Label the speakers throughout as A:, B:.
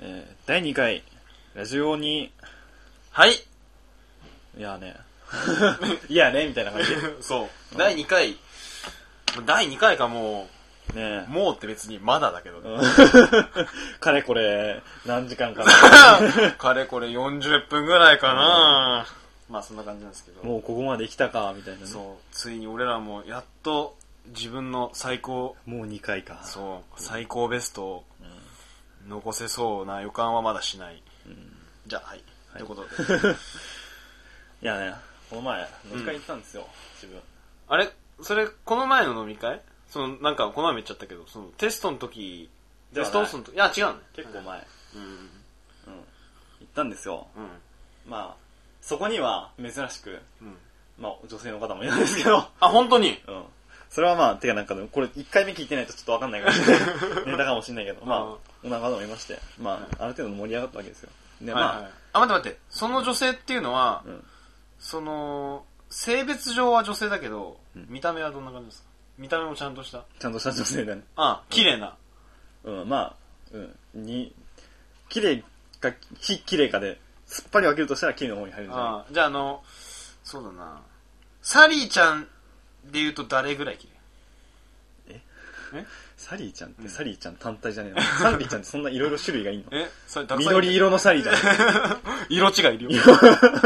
A: えー第2回、ラジオに、
B: はい。
A: いやね、 いやね、みたいな感じ。
B: そう。第2回。第2回かも
A: ね
B: う、もうって別にまだだけど
A: う
B: ね。
A: んかれこれ、何時間かな。
B: かれこれ40分ぐらいかな、まあそんな感じなんですけど。
A: もうここまで来たか、みたいなね。
B: そう。ついに俺らもやっと自分の最高、
A: もう2回か。
B: そう、最高ベストを残せそうな予感はまだしない。じゃあ、はい。
A: はい
B: ということで。
A: いやね、この前、飲み会行ったんですよ、自分。
B: あれそれ、この前の飲み会その、なんか、この前も言っちゃったけど、その、テストの時、
A: で
B: テ
A: はな
B: ス
A: い
B: トオースの時、いや、違うね。
A: 結構前、
B: うん。
A: うん、行ったんですよ。
B: うん。
A: まあ、そこには珍しく、
B: うん。
A: まあ、女性の方もいるんですけど、
B: あ、本当に
A: うん。それはまあ、てかなんかね、これ1回目聞いてないとちょっとわかんないから ネタかもしんないけど、まあ、お腹もいまして、まあ、ある程度盛り上がったわけですよ。で、
B: はい
A: ま
B: はい
A: あ、
B: あ、待って待って。その女性っていうのは、
A: うん
B: その、性別上は女性だけど、
A: ん
B: 見た目はどんな感じですか見た目もちゃんとした。
A: ちゃんとした女性だね。
B: あ、綺麗な。
A: うん、まあ、うん、に、綺麗か、非綺麗かで、すっぱり分けるとしたら綺麗の方に入るんじゃない
B: あじゃあ、あの、そうだな。サリーちゃんで言うと誰ぐらい綺麗
A: サリーちゃんっ
B: う
A: て
B: ん
A: サリーちゃん単体じゃねえの、サリーちゃんってそんないろいろ種類がいんの
B: えそれたくさん
A: 緑色のサリーじゃん。
B: 色違いいるよ。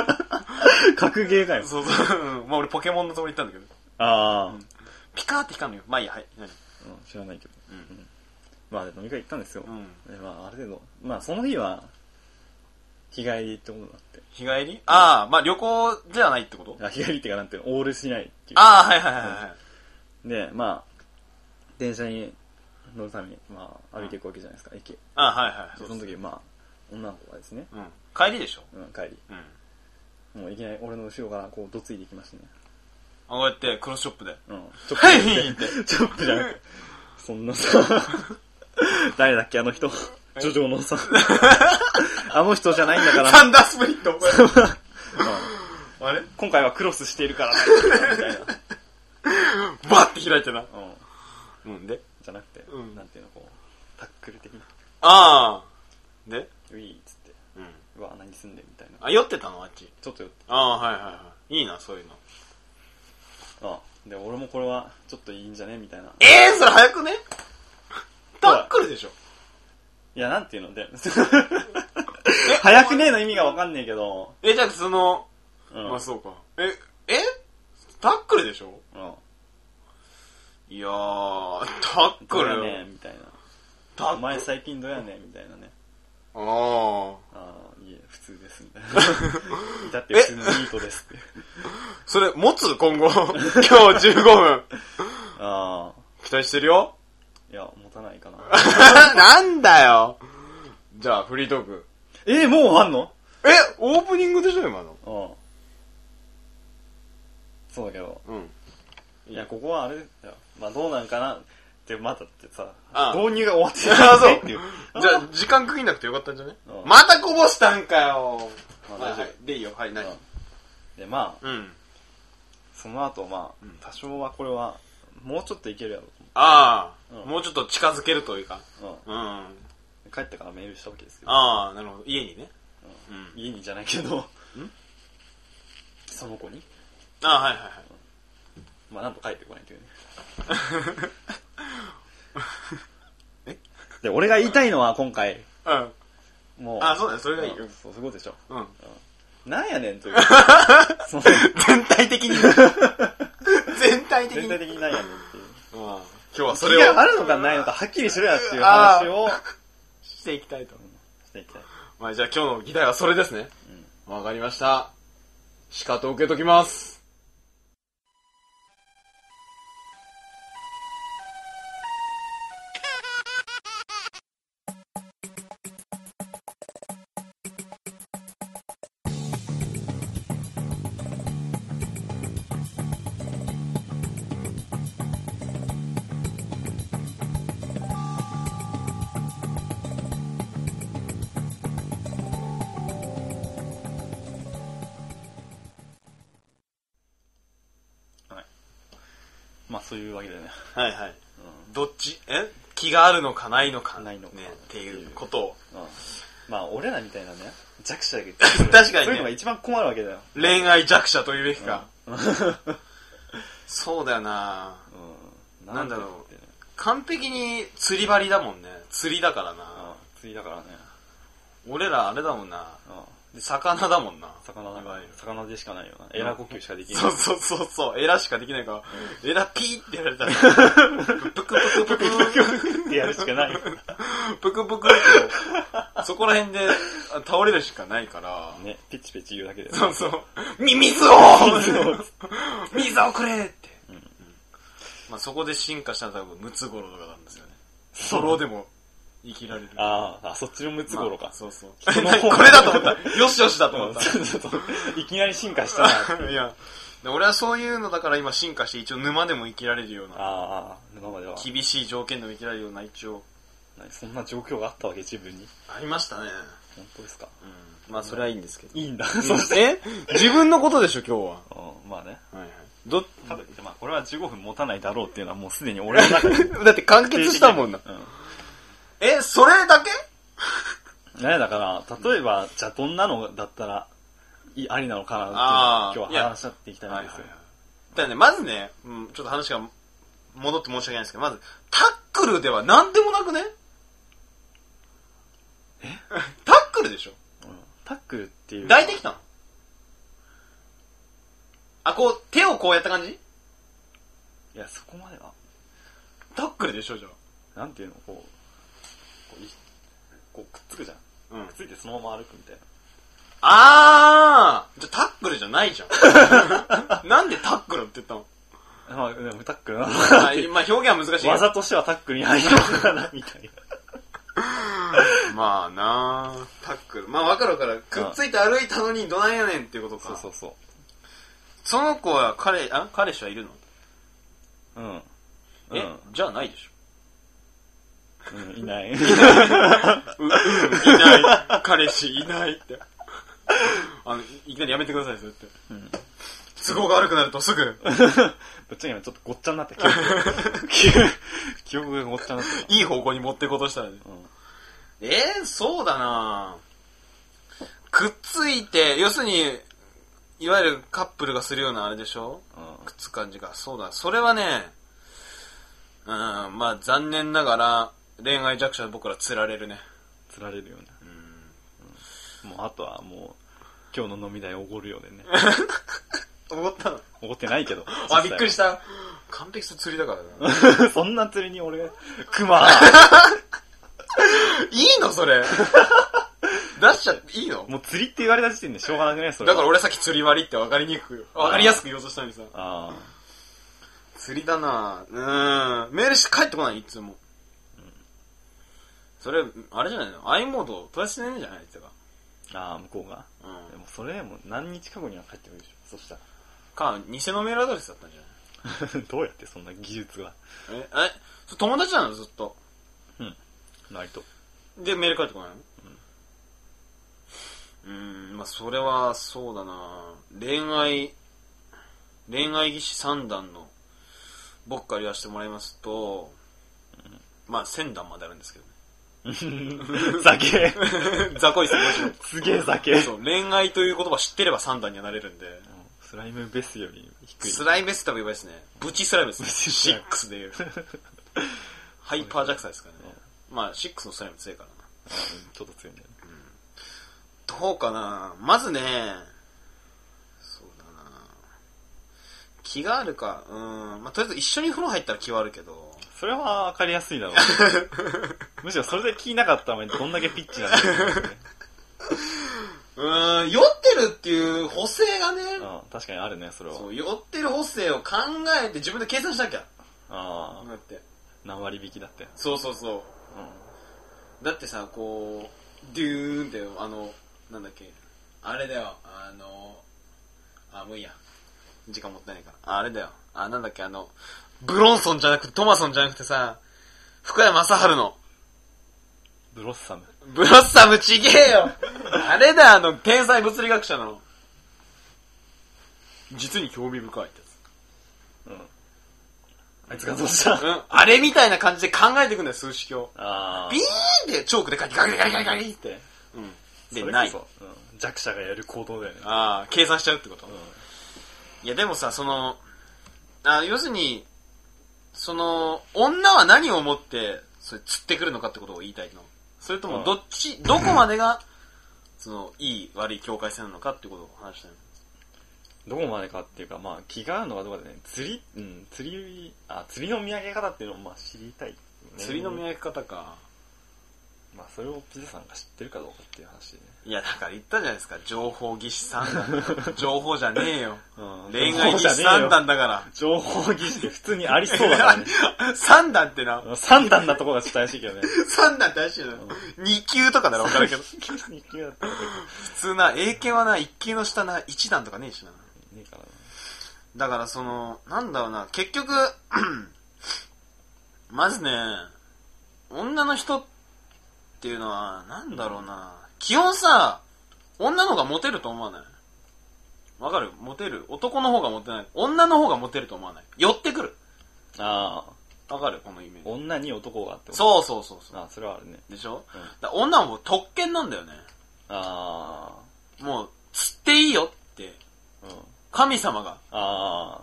A: 格ゲーかよ。
B: そうそう。うんまあ俺ポケモンのとこ行ったんだけど。
A: ああ、
B: うんピカーって光るのよ。まあいいや、はい。何
A: うん知らないけど。
B: うん。
A: まあ、で飲み会行ったんですよ。
B: うん。
A: でまあ、ある程度、まあ、その日は、日帰りってことになって。
B: 日帰りああ、まあ旅行ではないってこと
A: あ、日帰りっていうか、なんていうの、オールしないってい
B: ああ、はいはいはいはい。
A: う。で、まあ、電車に乗るために、まあ、歩いていくわけじゃないですか、駅。で
B: ああ、はいはい。
A: その時、まあ、女の子がですね、
B: うん。帰りでしょ
A: うん、帰
B: うん。
A: り。もういきなり俺の後ろから、こう、どついていきましたね。
B: あこうやって、クロスショップで。
A: うん。ちょっ
B: はい
A: と、ちょっとじゃなくて、そんなさ、 誰だっけ、あの人。ジョジョの さ、あの人じゃないんだから、
B: サンダースプリット
A: うん
B: あれ
A: 今回はクロスしているから、みたいな。
B: バッて開いてな。
A: うん。
B: うんで
A: じゃなくて、
B: うん
A: なんていうのこうタックル的に
B: ああ。で
A: ウィーっつって
B: うん。
A: うわ何すんでみたいな
B: あ、酔ってたのあっち。
A: ちょっとよって
B: ああ、はいはいはい。いいな、そういうの。
A: あで俺もこれはちょっといいんじゃねみたいな
B: ええー、それ早く ねタックルでしょ
A: いやなんていうので 早くねえの意味がわかんねえけど
B: え、じゃあその、
A: うん、
B: まあそうか。え、えタックルでしょ
A: うん、
B: いやー、タック
A: どうや
B: ル。
A: ねんみたいな
B: タ
A: お
B: ック
A: 前
B: ル。
A: 最近どうやねんみたいなね
B: あ
A: ああいえ普通ですみ たいなだって普通にニートですって
B: あ。それ、持つ今後。 今日15分。
A: ああ
B: 期待してるよ。
A: いや持たないかな
B: なんだよ。じゃあ、フリートーク。
A: えー、もう終わんの
B: え、オープニングでしょ、今の。
A: うんそうだけど
B: うん。
A: いや、ここはあれだよ。まあ、どうなんかなって、まだってさ、
B: ああ
A: 導入が終わって
B: あ、 そう。
A: って
B: じ
A: い
B: ゃ
A: う。
B: あ、時間区切んなくてよかったんじゃね
A: うん
B: またこぼしたんかよ。
A: まあ
B: は
A: 大
B: い
A: 丈
B: はいでいいよ。はい、何
A: 夫。で、まあ、
B: うん。
A: その後、まあ
B: うん、
A: 多少はこれは、もうちょっといけるやろう
B: ああ、
A: うん
B: もうちょっと近づけるというか。
A: と思う。
B: うん。あ
A: うん。帰ってからメールしたわけですけど、
B: あ、なるほど。家にね。うん。
A: 家にじゃないけど、その子に、
B: ああ、はいはいはい。
A: まあ、なんと帰ってこないというね。
B: え
A: で、俺が言いたいのは今回、
B: うん。
A: もう、
B: あそうだよそれがいいよ
A: うんそう、そういうことでしょ。
B: うん。
A: なんやねんという。 その
B: 全体的に。 全体的
A: 全
B: に。
A: 体的になんやねんっていう。
B: うん今日はそ
A: そ
B: れ
A: れ
B: を
A: があるのかないのかはっきりしろやっていう話を
B: していきたいと。
A: していきたい。
B: まあじゃあ今日の議題はそれですね。わ、かりました。仕方を受けときます。
A: まあそういうわけでね。
B: はいはい。どっち、え気があるのかないのか
A: ないのか
B: ね、っていうことを
A: うんまあ、俺らみたいなね、弱者だけ
B: 確かにね
A: そういうのが一番困るわけだよ。
B: 恋愛弱者というべきか、
A: う
B: そうだよな
A: うん。
B: なんだろう
A: て言ってね
B: 完璧に釣り針だもんね釣りだからな、
A: うん。釣りだからね。
B: 俺らあれだもんな
A: うん。
B: 魚だもんな
A: 魚だ
B: い
A: か
B: わ
A: ら
B: ゆる、
A: 魚でしかないよな。エラ呼吸しかできない。
B: そうそうそうそうエラしかできないから、エラピーってやられたらプクプクプク
A: ってやるしか ない。
B: プクプクってそこら辺であ倒れるしかないから、
A: ね、ピチピチ言うだけで。
B: そうそう。み、水を水をくれって。まあそこで進化したのは多分、ムツゴロウとかなんですよね。ソロでも生きられる。
A: あーあ、そっちのムツゴロウ
B: ま
A: か
B: あ。そう そう。こ
A: 人
B: れ
A: の方が
B: だと思った。よしよしだと
A: う
B: 思
A: ん
B: っ
A: そうそう そういきなり進化したな。あ
B: た。いや、で俺はそういうのだから今進化して一応沼でも生きられるような、
A: あー、今までは。
B: 厳しい条件でも生きられるような一応、
A: 何そんな状況があったわけ、自分に。
B: ありましたね。
A: 本当ですか。
B: うん。まあそれはいいんですけど。
A: いいんだ。そして。
B: え自分のことでしょ今日
A: うん、まあね。
B: は。はいはい。ど、
A: 多分、まあこれは15分持たないだろうっていうのはもうすでに俺の中で。
B: だって完結したもんな。
A: うん。
B: え、それだけ
A: ねだから、例えば、じゃあどんなのだったら、いありなのかなっ
B: あー
A: ていうのを今日は話し合っていきたいんですよ。
B: だからね、まずね、うん、ちょっと話が戻って申し訳ないんですけど、まず、タックルでは何でもなくねえ タックルでしょ
A: うんタックルっていう。
B: 抱いてきたのあ、こう、手をこうやった感じ
A: いや、そこまでは。
B: タックルでしょじゃ
A: なんていうのこう、こういこうくっつくじゃん。く
B: あ。うん
A: っ。ついてそのまま歩くみたいな。
B: あーじゃあタックルじゃないじゃ ん。なんでタックルって言った の
A: まあ、でもタックルなのかな
B: あ
A: っていう
B: まあ表現は難しいけど。
A: 技としてはタックルに入るのかな、みたいな。
B: まあなあタックル。まあわかるわかる。くっついて歩いたのにどないやねんっていうことか。
A: そうそうそう。
B: その子は彼、あ彼氏はいるの
A: うん。う
B: え、
A: ん
B: じゃあないでしょ。
A: うん、いない。
B: う、うん、いない。 彼氏いないって。 あの、いいきなりやめてください、それって。
A: うん
B: 都合が悪くなるとすぐ、
A: ぶっちゃけ今ちょっとごっちゃになって、 記憶記憶記憶がごっちゃになって
B: いい方向に持ってこうとしたらね。
A: た。うん。
B: えー、そうだなくっついて、要するに、いわゆるカップルがするようなあれでしょ
A: うん
B: くっつく感じか。そうだ。それはね、うん、まあ残念ながら、恋愛弱者の僕ら釣られるね。
A: 釣られるよね。うん。もうあとはもう、今日の飲み代おごる よでね。
B: 思ったの
A: おごってないけど。
B: あ、びっくりした。完璧な釣りだからな。
A: た。 そんな釣りに俺が、クマ
B: いいのそれ。 出しちゃっていいの
A: もう釣りって言われた時点でしょうがなくないそれ
B: だ
A: は。
B: から俺さっき釣り割りって分かりにくく、分かりやすく言おうとしたのにさ。
A: あ
B: 釣りだなぁ。うん。メールして帰ってこないいつも。それ、あれじゃないの ?i モード、取らせてねえんじゃないってか。
A: あ。ああ、向こうが。
B: うん
A: で。もそれもう何日か後には帰ってくるでしょ。そした
B: か、偽のメールアドレスだったんじゃない
A: ら。 どうやってそんな技術が、
B: え、え、それ友達なのずっと。
A: ないと。
B: で、メール返ってこないのうーん、まあ、それは、そうだな恋愛、恋愛技師三段の、僕から言わせてもらいますと、まあ、千段まであるんです けど
A: 酒。
B: ね。雑魚いっすよ、もちろん
A: すげえ酒。
B: そう、恋愛という言葉知ってれば三段にはなれるんで、
A: スライムベースより低い。
B: スライムベスとも言えばいいですね。ブチスライムですね。
A: チス
B: シ
A: ライ
B: ックス で言う。ハイパージャクサですからね。まあ、シックスのスライム強いからな。
A: うんちょっと強いんだよね。
B: どうかなまずね、そうだな気があるか、うん。まあ、とりあえず一緒に風呂入ったら気はあるけど、
A: それはわかりやすい だろう。むしろそれで聞いなかったのにどんだけピッチなんだよっていうね。
B: うん、酔ってるっていう補正がね、
A: うん、確かにあるね、それは。
B: そう、酔ってる補正を考えて自分で計算しなきゃ。
A: ああ、
B: だって。
A: 何割引きだって。
B: そうそうそうう。だってさ、こう、デューンって、あの、なんだっけ、あれだよ、あの、あ、もういいや。時間もったいないから。あれだよ。あ、なんだっけ、あの、ブロンソンじゃなくて、トマソンじゃなくてさ、福山雅治の、
A: ん。ブロッサム。
B: ブロッサムちげえよあれだ、あの、天才物理学者の。実に興味深いってやつ。
A: うん。あいつがどうした
B: うん、あれみたいな感じで考えていくんだよ、数式を。
A: あ
B: ビーンってチョークで書いて、ガリガリガリガリって。
A: て。
B: うん。
A: それ
B: で、
A: こそ
B: ない。
A: うん弱者がやる行動だよね。
B: ああ、計算しちゃうってこと、
A: うん
B: いや、でもさ、その、あ要するに、その、女は何を思って、それ釣ってくるのかってことを言いたいのそれと
A: う
B: も、
A: ん
B: どっち、どこまでが、 その、いい、悪い境界線なのかってことを話したいの。
A: どこまでかっていうか、まあ、気が合うのかどうかでね、釣り、うん、釣り、あ、釣りの見上げ方っていうのをまあ知りたいよね、
B: 釣りの見分け方か。
A: まあ、それをピザさんが知ってるかどうかっていう話でね。
B: いや、だから言ったじゃないですか、情報技師さん だ。情報じゃねえよ。
A: うん
B: 恋愛技師三段だから。
A: 情報技師って普通にありそうだからね。
B: 三段ってな。
A: 三段なとこがちょっと怪しいけどね。
B: 三段って怪しいのよ。二級とかならわかるけど。
A: 二級だったら
B: 普通な、英検はな、一級の下な、一段とかねえしな。
A: いいからな。
B: だからその、なんだろうな、結局、 まずね、女の人っていうのは、なんだろうな、基本さ、女の方がモテると思わないわかるモテる。男の方がモテない。女の方がモテると思わない。寄ってくる。
A: ああ、
B: わかるこのイメージ。
A: 女に男がってこと
B: そうそうそうそう。
A: ああ、それはあるね。
B: でしょ、
A: うん
B: だから女はもう特権なんだよね。
A: あ
B: もう、釣っていいよって、
A: あ、うん。
B: 神様が、
A: あ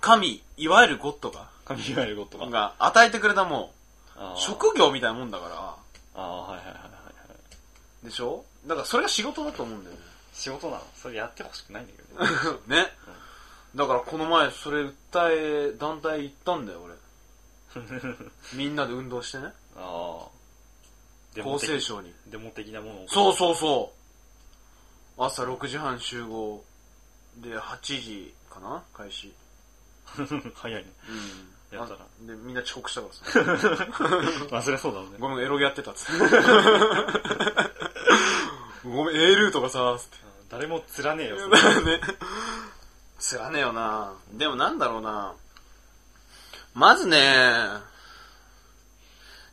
B: 神、いわゆるゴッドが、
A: あ、神がやることが。
B: が与えてくれたも
A: あー
B: う、職業みたいなもんだから、
A: ああ、はいはいはいはい。
B: でしょだからそれが仕事だと思うんだよね。
A: 仕事なのそれやってほしくないんだけどね。
B: ね。だからこの前それ訴え、団体行ったんだ よ、俺。みんなで運動してね。
A: ああ。デモ
B: 厚
A: 的
B: 生省に。
A: デモ的なものを。
B: そうそうそう。朝6時半集合。で、8時かな開始。
A: う。 早いね。
B: うん。
A: やったな
B: あで、みんな遅刻したからさ。
A: まあ、それはそうだろうね。
B: ごめん、エロゲやってた っつって。ごめん、A ルートがさ、つって。
A: 誰も釣らねえ よ、それ
B: ね。つらねえよな。でもなんだろうな。まずね、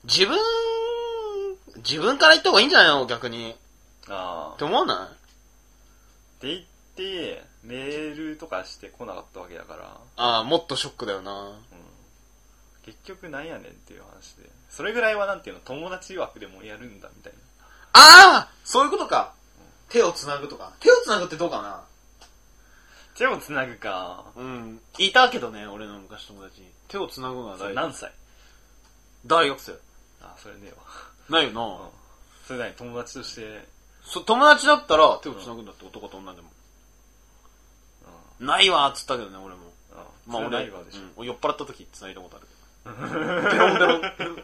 B: 自分、自分から言った方がいいんじゃないの逆に。
A: あ
B: っ
A: あ。
B: て思わない
A: って言って、メールとかしてこなかったわけだから、
B: ああ、もっとショックだよな。
A: 結局なんやねんっていう話で。それぐらいはなんていうの、友達枠でもやるんだ、みたいな。
B: ああそういうことか。手を繋ぐとか。手を繋ぐってどうかな
A: 手を繋ぐか。
B: うん。いたけどね、俺の昔友達に。手を繋ぐのは
A: それ
B: 大
A: 何歳
B: 大学生。
A: あ、それねえわ。
B: ないよな。
A: うんそれ何友達として、
B: そ友達だったら手を繋ぐんだって、男と女でも。ないわーっつったけどね、俺も。
A: ま
B: ま
A: あ俺、
B: あ俺、
A: ないわでしょ。
B: うん、酔っ払った時繋いだことあるけど。ベロンベロン。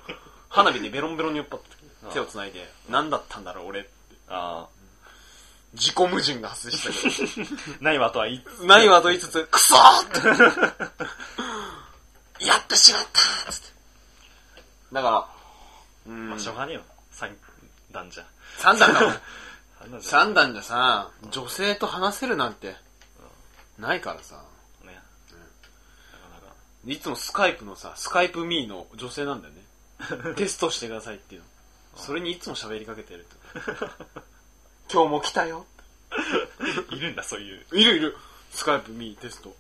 B: 花火でベロンベロンに酔っ払った
A: ああ
B: 時、手を繋いで、何だったんだろう俺って。
A: あ
B: 自己矛盾が発生したけ
A: あ。ないわとは言いつ
B: ど。ないわと言いつつ、クソーって。やってしまったーっつって。だから、うん。
A: まあしょうがねえよ。三段じゃ。
B: 三段だも
A: 三段
B: ん。
A: じゃ。
B: 三段じゃさ、女性と話せるなんて、ないからさ。
A: ね。なかなか。
B: いつもスカイプのさ、スカイプミーの女性なんだよね。テストしてくださいっていうの。それにいつも喋りかけてるって。今日も来たよ。
A: いるんだ、そういう。
B: いるいる。スカイプミーテスト。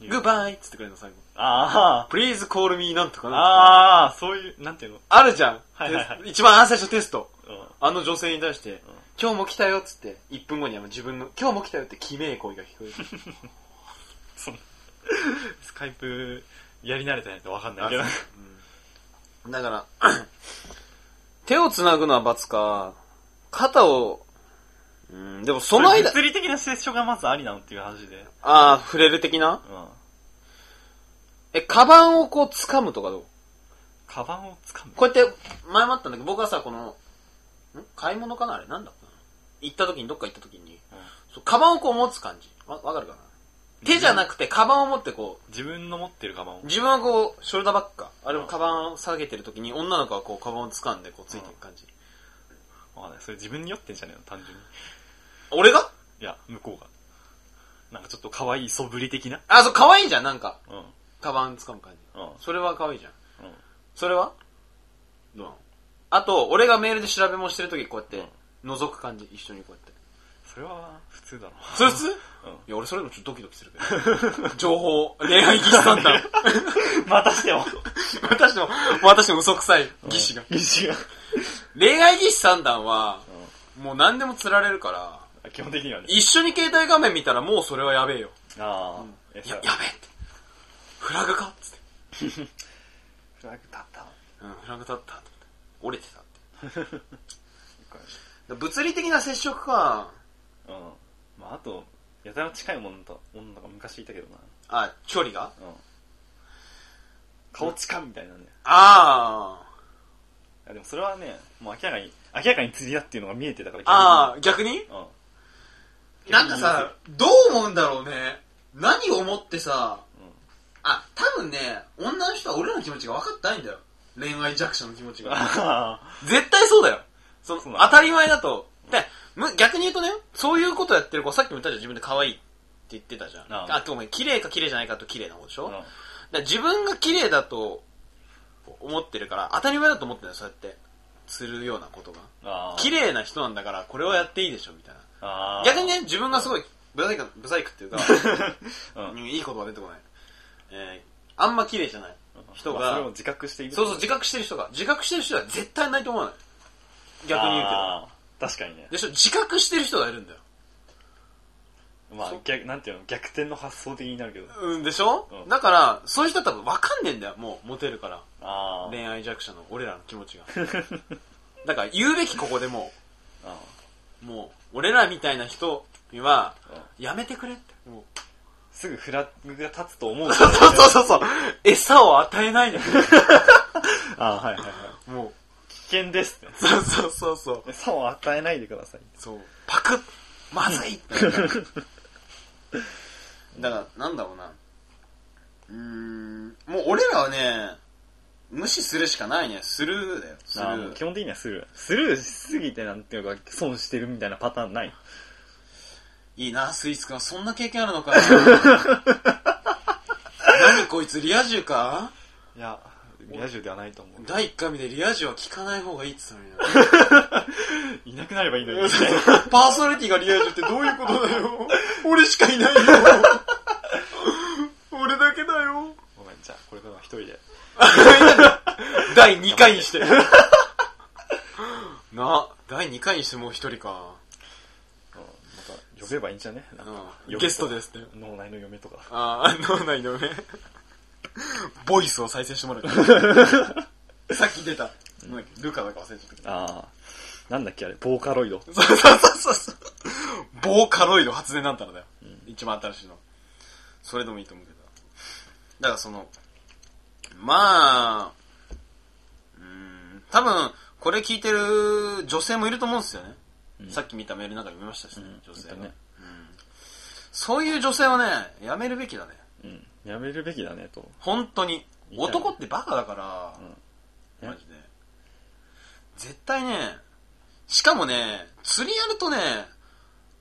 A: い
B: グ
A: る
B: ッバイっつってくれるの最後。
A: あ
B: Please call me なんとか
A: あ。
B: なんとか。
A: ああ、そういう、なんていうの
B: あるじゃん。
A: はいはいはい
B: テス一番最初テスト。
A: うん。
B: あの女性に対して、今日も来たよっつって、1分後にはもう自分の、今日も来たよってきめえ声が聞こえる。
A: その、スカイプ、やり慣れてないとわかんないけ ど。
B: だから、 手をつなぐのは罰か、肩を、うん、でもその間、
A: 物理的な接触がまずありなのっていう話で。
B: ああ、触れる的な
A: うん。
B: え、カバンをこう掴むとかどう
A: カバンを掴む。
B: こうやって、前もあったんだけど、僕はさ、この、ん買い物かなあれ、なんだっけな行った時に、どっか行った時に、
A: うん
B: そうカバンをこう持つ感じ。わ、わかるかな手じゃなくて、カバンを持ってこ
A: 自分の持ってるカバンを
B: う、。自分はこう、ショルダーバッグか。あれもカバンを下げてる時に、女の子はこう、カバンを掴んで、こう、ついていく感じ。
A: わかんない。それ自分に酔ってんじゃねえの、単純に。
B: 俺が
A: いや、向こうが。なんかちょっと可愛い素振り的な。
B: あ、そう、可愛いじゃん、なんか。
A: うん。うん。
B: カバン掴む感じ。それは可愛いじゃん。
A: うん。
B: それはどうなのあと、俺がメールで調べもしてるときこうやって、覗く感じ、一緒にこうやって。
A: それは普通だ ろ。
B: それ普通、いや、俺それでもちょっとドキドキするけど。 情報、恋愛技師さんだ。
A: またしても。
B: 私の、私の嘘くさい技師が。
A: 技師が。
B: 恋愛技師三段は、もう何でも釣られるから、
A: 基本的にはね。
B: 一緒に携帯画面見たらもうそれはやべえよ。
A: ああ、
B: や、やべえって。フラグかっつって。
A: フラグ立った。
B: うん、フラグ立ったと思って。折れてたって。だから物理的な接触か、
A: うん。まああと、やたら近いもんと、女が昔いたけどな。
B: あ、距離が
A: うん。顔近みたいなね。
B: あ
A: いやでもそれはね、もう明らかに、明らかに釣りだっていうのが見えてたから
B: あ、ああ、逆に
A: あ。うん。
B: なんかさ、どう思うんだろうね。何を思ってさ、
A: うん
B: あ、多分ね、女の人は俺らの気持ちが分かってないんだよ。恋愛弱者の気持ちが。
A: ああ
B: 絶対そうだよ。その、
A: そう
B: 当
A: なの
B: たり前だと。で、む逆に言うとね、そういうことやってる子、さっきも言ったじゃん、自分で可愛いって言ってたじゃん。
A: あ
B: あ
A: あ
B: ごめん、綺麗か綺麗じゃないかと綺麗な方でしょ、
A: うん
B: だから自分が綺麗だと思ってるから、当たり前だと思ってるよ、そうやって。するようなことが。
A: ああ。
B: 綺麗な人なんだから、これはやっていいでしょ、みたいな。
A: ああ。
B: 逆にね、自分がすごい、ブサイク、ブサイクっていうか、
A: うん、
B: うんいい言葉出てこない。えー、あんま綺麗じゃない人
A: まあそれを
B: が、
A: 自覚していく。
B: そうそう、自覚してる人が、自覚してる人は絶対ないと思わない。逆に言うけど。
A: あー確かにね。
B: でしょ、自覚してる人がいるんだよ。
A: まあ
B: そう
A: 逆、なんていうの、逆転の発想的になるけど。
B: うん、でしょ、
A: うん
B: だから、そういう人は多分分かんねえんだよ、もう、モテるから。
A: ああ。
B: 恋愛弱者の俺らの気持 ちが。だから、言うべきここでも
A: あ
B: う、もう、俺らみたいな人には、
A: あうん
B: やめてくれって。もう
A: すぐフラグが立つと思う。
B: そうそうそうそう。 餌を与えないでくれ。
A: ああ、はいはいはい。
B: もう。
A: 危険です って。
B: そうそうそうそう。
A: 餌を与えないでください。
B: そう。パクッまずい ってなるから。だから、なんだろうな。うーん。もう俺らはね、無視するしかないね。スルーだよ。スル
A: ああもう基
B: ー。
A: 本的にはスルー。スルーしすぎてなんていうか、損してるみたいなパターンない。
B: いいな、スイーツくん。そんな経験あるのか な。何こいつ、リア充か
A: いや、リア充ではないと思う。
B: 第1回目でリア充は聞かない方がいいって言ったのにな。
A: いなくなれば いいのに。
B: パーソナリティがリア充ってどういうことだよ。俺しか いないよ。俺だけだよ。
A: ごめん、じゃあこれからは一人で。
B: 第2回にして。な、第2回にしてもう一人か。
A: うん、また呼べばいいんじゃねなんか
B: うんゲストですって。
A: 脳内の嫁とか。
B: ああ、脳内のね。ボイスを再生してもらう から。さっき出た。なんだっけルカだか忘れちゃったけど。
A: ああ。なんだっけあれ、ボーカロイド。
B: そうそうそうそう。ボーカロイド発電なんたらだよ。一番新しいの。それでもいいと思うけど。だからその、まあ、うーん、多分、これ聞いてる女性もいると思うんですよね。
A: うん
B: さっき見たメールの中に見ましたしね、
A: うん
B: 女性
A: い
B: が、
A: たね
B: うん。そういう女性はね、やめるべきだね。
A: うん。やめるべきだね、と。
B: 本当に。
A: いたね
B: 男ってバカだから、
A: うん
B: マジで。絶対ね、しかもね、釣りやるとね、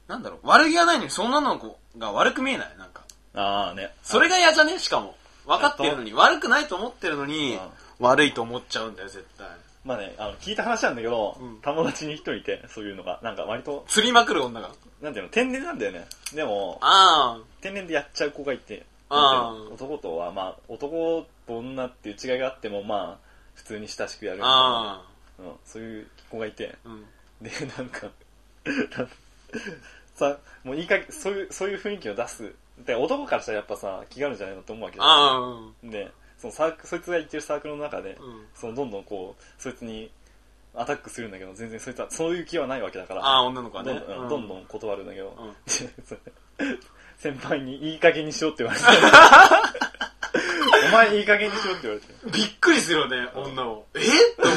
B: なんだろう、悪気がないのにそんなの子が悪く見えない、なんか。
A: ああね。
B: それが嫌じゃねしかも。分かってるのに、悪くないと思ってるのに
A: うん、
B: 悪いと思っちゃうんだよ、絶対。
A: まあね、あの、聞いた話なんだけど、
B: うん
A: 友達に一人いて、そういうのが、なんか割と、
B: 釣りまくる女が。
A: なんていうの、天然なんだよね。でも、
B: あ
A: 天然でやっちゃう子がいて、
B: あー
A: 男とは、まあ、男と女っていう違いがあっても、まあ、普通に親しくやる
B: あ、
A: みたいな、
B: あ
A: うん、そういう子がいて、
B: あ、うん。
A: で、なんか、 なんさ、もういいかげそういう、そういう雰囲気を出す。で、男からしたらやっぱさ、気があるんじゃないのと思うわけじゃん
B: ああ、うん。
A: で、そのサーク、そいつが言ってるサークルの中で、
B: うん
A: そのどんどんこう、そいつにアタックするんだけど、全然そいつは、そういう気はないわけだから、
B: ああ、女の子
A: ど
B: は
A: んど
B: ね。
A: ん
B: う
A: どんどん断るんだけど、
B: うん
A: 先輩にいい加減にしろって言われ て、お前いい加減にしろって言われて、
B: びっくりするよね、女を。えって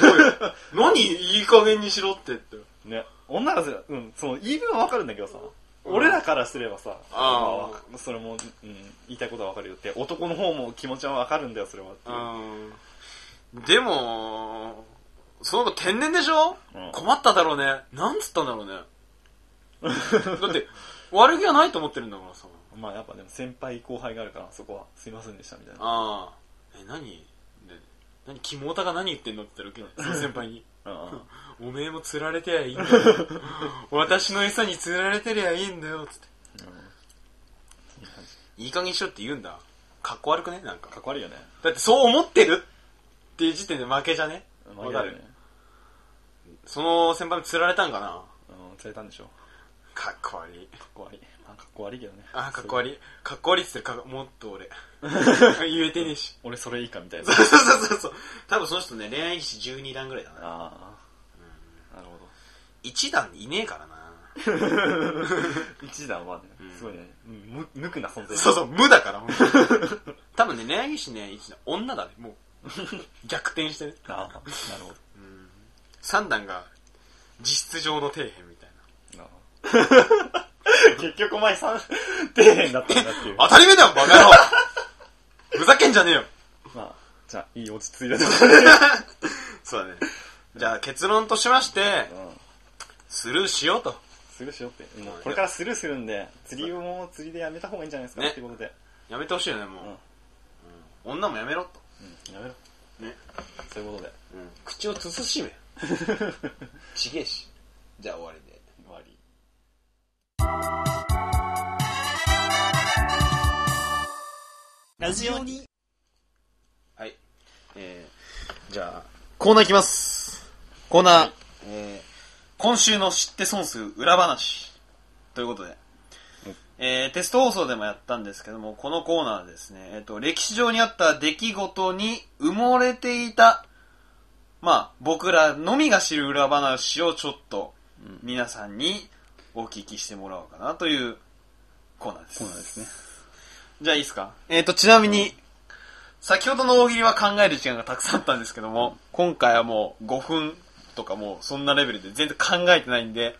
B: 思うよ。 何いい加減にしろってって。
A: ね、女がすら、うん、その言い分はわかるんだけどさ、俺らからすればさ、
B: あー
A: まわかそれも、うん、言いたいことはわかるよって、男の方も気持ちはわかるんだよ、それはっていう。
B: うん。でも、その子天然でしょ、
A: うん
B: 困っただろうね。なんつったんだ ろうね。だって、悪気はないと思ってるんだからさ。
A: まあやっぱでも先輩後輩があるから、そこはすいませんでしたみたいな。
B: ああ。 え、何で何キモオタが何言ってんのって言ったらウケない。その先輩に。
A: うんうん
B: お前めえも釣られてりゃい いんだよ私の餌に釣られてりゃいいんだよつっていい加減にしろって言うんだかっこ悪くねなんか
A: かっこ悪いよね。
B: だってそう思ってるっていう時点で負けじゃねわかる
A: ね。
B: その先輩も釣られたんかな
A: うん、釣れたんでしょ。
B: かっこ悪い
A: かっこ悪い。まあ、かっこ悪いけどね。
B: あーかっこ悪
A: い。
B: いかっこ悪いっつってるかっもっと 俺言えてねえし
A: 俺それいいかみたいな
B: そ。うそうそうそう多分その人ね恋愛歴史12段ぐらいだな
A: ああ。なるほど。
B: 1段いねえからな
A: 一段はね
B: うん、
A: すごいね、む、無垢な存在。
B: そうそう無だ から本当に多分ね恋愛歴史ね1段女だねも う逆転してね
A: ああ、なるほ
B: 3段が実質上の底辺みたいな
A: ど。なるほど 結局お前三、底辺だったんだっていう。
B: 当たり前だよバ カ野郎ふざけんじゃねえよ
A: まあ、じゃあ、いい落ち着いたところで。
B: そうだねじゃあ結論としまして
A: うん。
B: スルーしようと
A: スルーしようって。もうこれからスルーするんで、釣りも釣りでやめた方がいいんじゃないですか
B: ね
A: ってことで。
B: やめてほしいよねもう、うん女もやめろと
A: うん、やめろ。
B: ね
A: そういうことで。
B: 口を慎 めちげえしじゃあ終わりで
A: 終わり。
B: ラジオにはいえー、じゃあコーナーいきますコーナー、えー、今週の知って損する裏話ということで、えー、テスト放送でもやったんですけどもこのコーナーですね、えー、と歴史上にあった出来事に埋もれていたまあ僕らのみが知る裏話をちょっと皆さんにお聞きしてもらおうかなというコーナーです
A: そうなんですね。
B: じゃあいいですかえっ、と、ちなみに、先ほどの大喜利は考える時間がたくさんあったんですけども、今回はもう5分とかもうそんなレベルで全然考えてないんで、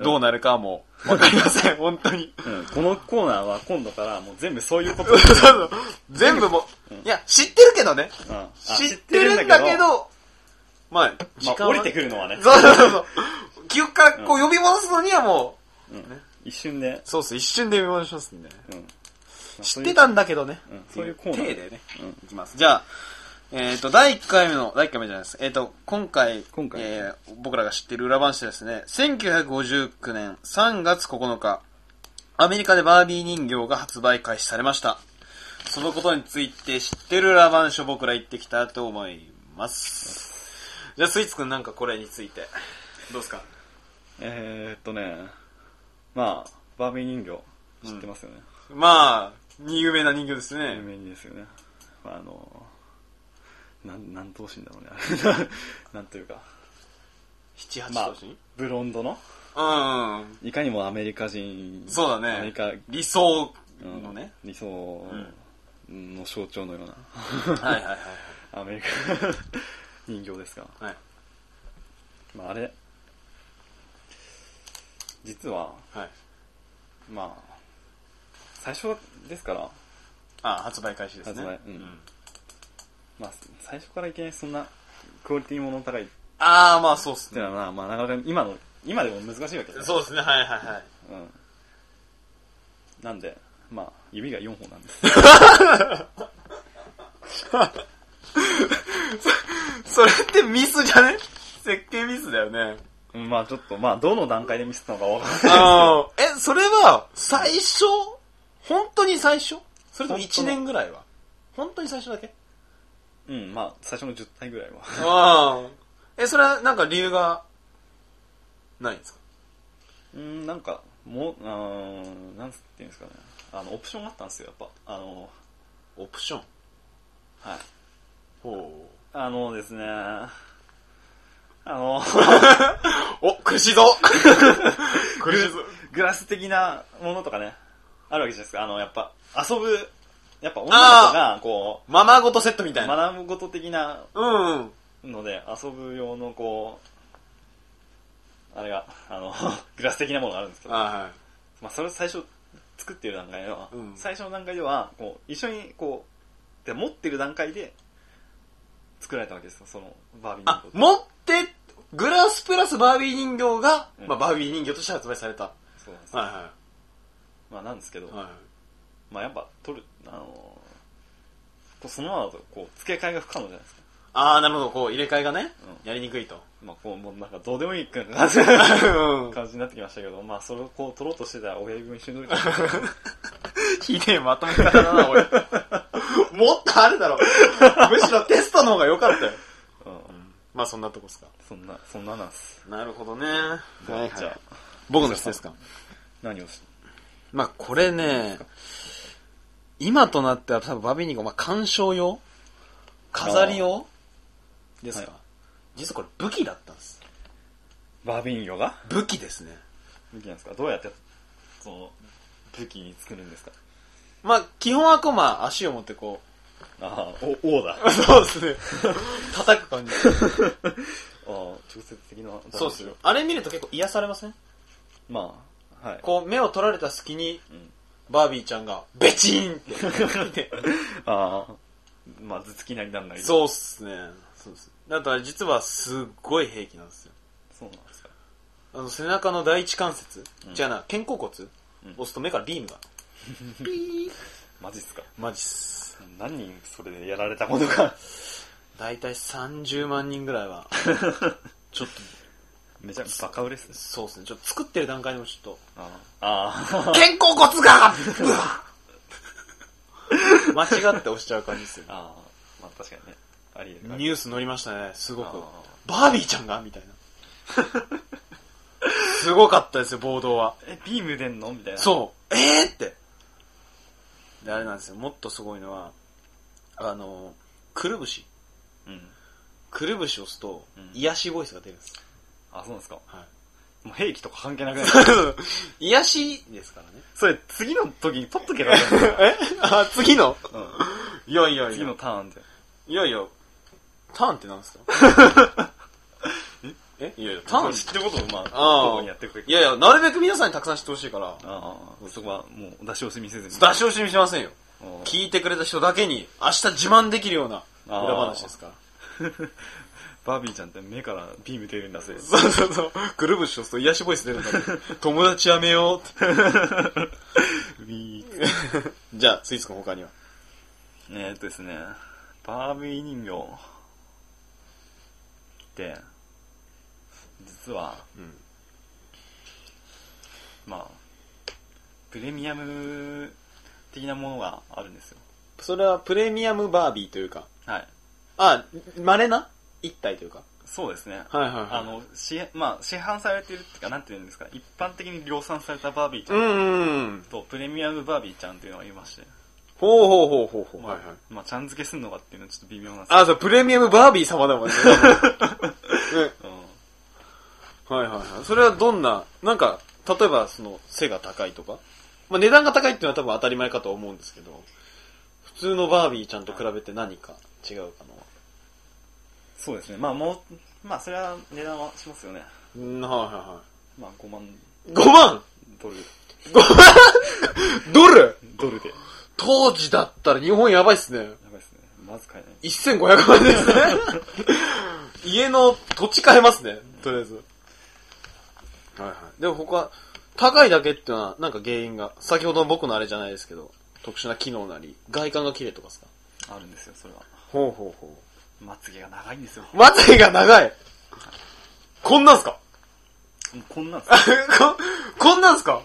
B: どうなるかはもうわかりません、本当に。
A: うん、このコーナーは今度からもう全部そういうこと。うん
B: そうそう全部もう、いや、知ってるけどね。
A: あ
B: 知ってるんだけ、ど、まあ、
A: まあ、降りてくるのはね
B: る。、そうそうそうそう。記憶からこう呼び戻すのにはも
A: うん一瞬で、
B: う、そうそう、一瞬で呼び戻しますんで。
A: うん
B: 知ってたんだけどね。
A: うんそういうコーナー
B: 手でね。
A: うん
B: いきます。じゃあ、えっ、と、第1回目の、第1回目じゃないです。えっ、と、今回、
A: 今回
B: えー僕らが知ってる裏話ですね、1959年3月9日、アメリカでバービー人形が発売開始されました。そのことについて知ってる裏話を僕ら言ってきたと思います。じゃあ、スイーツくんなんかこれについて。どうですか
A: えー、っとね、まあ、バービー人形、知ってますよね。
B: まあ、有名な人形です
A: 有
B: ね。
A: 名にですよね。まあ、あの、なん、なん頭身だろうね あれ。なんというか、
B: 七八
A: ま
B: 頭
A: あ
B: 身、
A: ブロンドの、
B: うんうん。
A: いかにもアメリカ人、
B: そうだ
A: アメ
B: ね
A: リカ、。
B: 理想
A: うん
B: のね。
A: 理想の象徴のような、
B: はいはいはいはい。
A: アメリカ 人形ですが、
B: はい。
A: まあ、あれ、実は、
B: はい。
A: まあ、最初ですから、
B: あ、発売開始ですね。
A: 発売うん
B: ん
A: まあ、最初からいきなりそんなクオリティもの高いっ
B: ああ、まあそうっす
A: てい
B: ね。
A: うのは、まあ、まあ、なかなか今の、今でも難しいわけだね
B: そうですね、はいはいはい。
A: うん。なんで、まあ、指が4本なんです。
B: それってミスじゃね設計ミスだよ ね。
A: うんまあ、ちょっと、まあ、どの段階で見せたのかわかんない。
B: あの、え、それは、最初本当に最初それとも
A: 本当
B: 1
A: の
B: 年ぐらいは本当に最初だけ
A: うん、まあ、最初の10体ぐらいは。
B: ああ。え、それはなんか理由が、ないんですか
A: うん、なんか、もう、うーん、なんつっていうんですかね。あの、オプションがあったんですよ、やっぱ。あの、
B: オプション。
A: はい。
B: ほ
A: あのですね、あの、
B: う。お、苦 しいぞ苦しいぞ。
A: グラス的なものとかね、あるわけじゃないですか。あの、やっぱ、遊ぶ、やっぱ女の子が、こ
B: ママごとセットみ
A: う、
B: たいな。
A: 学ぶこと的な
B: うんうん。
A: ので、遊ぶ用の、こう、あれが、あの、 グラス的なものがあるんですけど、
B: あ
A: まあ、それを最初、作ってる段階では、
B: うん
A: 最初の段階では、こう、一緒に、こう、で持ってる段階で、作られたわけですよ、その、バービー
B: あ
A: の、こと。
B: 持って、グラスプラスバービー人形が、
A: うん
B: まあ、バービー人形として発売された。は
A: そうなんです
B: い
A: よ
B: は
A: まあ、なんですけど、
B: い。は
A: まあ、やっぱ、取る、あのーこうそのままだと、こう、付け替えが不可能じゃないですか。
B: あああ、なるほど、こう、入れ替えがね、
A: う
B: やりにくいと。
A: まあ、こう、もうなんかどうでもいい感 じ感
B: うん。
A: じになってきましたけど、まあ、それをこう、取ろうとしてた親指も一緒に取れちゃ う
B: ひでえまとめ方だな、俺。 もっとあるだろ。むしろテストの方が良かったよ。
A: うん。
B: まあそんなとこっすか。
A: そんな、そんななんす。
B: なるほどね。はいはい。
A: じゃあ、
B: 僕の質ですか。
A: 何をし、
B: まあこれね、今となっては多分バビニコ、まあ鑑賞用飾り用ですか、
A: は
B: 実はこれ武器だったんです。
A: バービンヨが
B: 武器ですね。
A: 武器なんですかどうやって、その、武器に作るんですか
B: まあ基本はこうまあ足を持ってこ
A: ああ、お、王だ。
B: う。 そうですね。叩く感じ。
A: ああ、直接的な。
B: そうっすよ。。あれ見ると結構癒されません
A: まあ、はい。
B: こう目を取られた隙に
A: うん、
B: バービーちゃんが、ベチーン って。
A: ああ、まあ、頭突きなりなんなり。う。
B: そうっすね。そうっす。だから実はすっごい兵器なんですよ。
A: そうなんですか。
B: あの背中の第一関節、
A: うん
B: じゃあな、肩甲骨、
A: うん
B: 押すと目からビームが。ピー
A: マジっすか。
B: マジっす。
A: 何人それでやられたことか。
B: だいたい30万人ぐらいは、ちょっと、
A: めちゃバカ売れっすね。
B: そうっすね。ちょっと作ってる段階でもちょっ
A: ああ
B: と、肩甲骨がうわ間違って押しちゃう感じっすよ
A: あ。あまあ確かにね。ありえる。
B: ニュース載りましたね、すごく
A: あ。
B: バービーちゃんがみたいな。すごかったですよ、暴動は。
A: え、ビーム出んのみたいな。う。
B: そう。えー、って。で、あれなんですよ、もっとすごいのは、あの、くるぶし。
A: うん。
B: くるぶし押すと
A: うん、
B: 癒しボイスが出るんです。
A: あ、そうなんですか。
B: は
A: もう兵器とか関係なくない
B: い。 癒しですからね。
A: それ、次の時に取っとけばいいのに
B: え あ、次の
A: うん。
B: いやいやい
A: 次
B: や
A: の。ターンで。
B: いやいや、ターンってなんですか えいやいや、ターン
A: 知ってることを、ま
B: あ
A: あ、
B: あ
A: どこにやっていくべき
B: いやいや、なるべく皆さんにたくさん知ってほしいから、
A: ああ、そこはもう出し惜しみせずに。
B: 出し惜しみしませんよ。
A: うん
B: 聞いてくれた人だけに、明日自慢できるような
A: あー
B: 裏話ですから。
A: バービーちゃんって目からビーム出るんだぜ。
B: そうそうそう。くるぶし押すと癒しボイス出るんだって。友達やめようって。
A: ビー。
B: じゃあ、スイーツ君他には。
A: えーっとですね、バービー人形って、実は、
B: うん
A: まあ、プレミアム的なものがあるんですよ。
B: それはプレミアムバービーというか、
A: はい。
B: あ、稀な一体というか。
A: そうですね。
B: はいはいはい
A: あの、市、まあ、市販されてるっていうか、なんていうんですか、一般的に量産されたバービーちゃ
B: うんんうん。
A: と、プレミアムバービーちゃんっていうのがいまして、
B: ほうほうほうほうほう。
A: まあ、まあ、ちゃん付けすんのかっていうのはちょっと微妙なんです
B: あ、そう、プレミアムバービー様だも んね。
A: けど、うん
B: うんはいはいはい。それはどんな、なんか、例えばその、背が高いとか。まあ値段が高いっていうのは多分当たり前かと思うんですけど、普通のバービーちゃんと比べて何か違うかな。
A: そうですね。まあ、もう、まあ、それは値段はしますよね。
B: うん、はいは
A: まあ、5万
B: いはい。5万
A: ドル、
B: ドル
A: ドルで。や
B: 当時だったら日本やばいっすね。
A: ばいですね。まず買えない。
B: 1500万です ね。家の土地買えますね。とりあえず。はいはい。でも他、高いだけっていうのはなんか原因が、先ほどの僕のあれじゃないですけど、特殊な機能なり、外観が綺麗とかですか
A: あるんですよ、それは。
B: ほうほうほ
A: まつげが長いんです よ。
B: う。まつげが長いこんなんすか
A: もうこんなんですよ。
B: こ、こんなんすか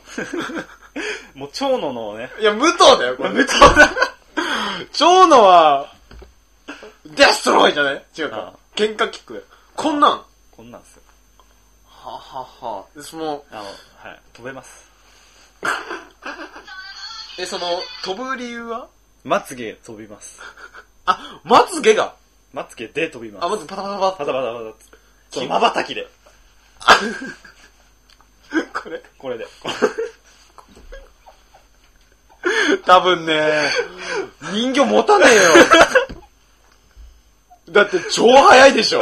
A: もう蝶野のね、
B: いや、武藤だよ、これ。武藤だ。蝶野は、デストロイじゃない違う
A: ああ
B: か。喧嘩キックだよ。こんなん。は
A: こんなんですよ。
B: はは。で、その、
A: あの、はい、飛べます。
B: え、その、飛ぶ理由は
A: まつげ飛びます。
B: あ、まつげが。
A: まつげで飛びます。
B: あ、まずパタパタ
A: パ
B: パ
A: タパタパタっつってそ
B: 気
A: の瞬きで。
B: タ。 これ。
A: これで。
B: 多分ね、人形持たねえよ。だ って超速いで しょ。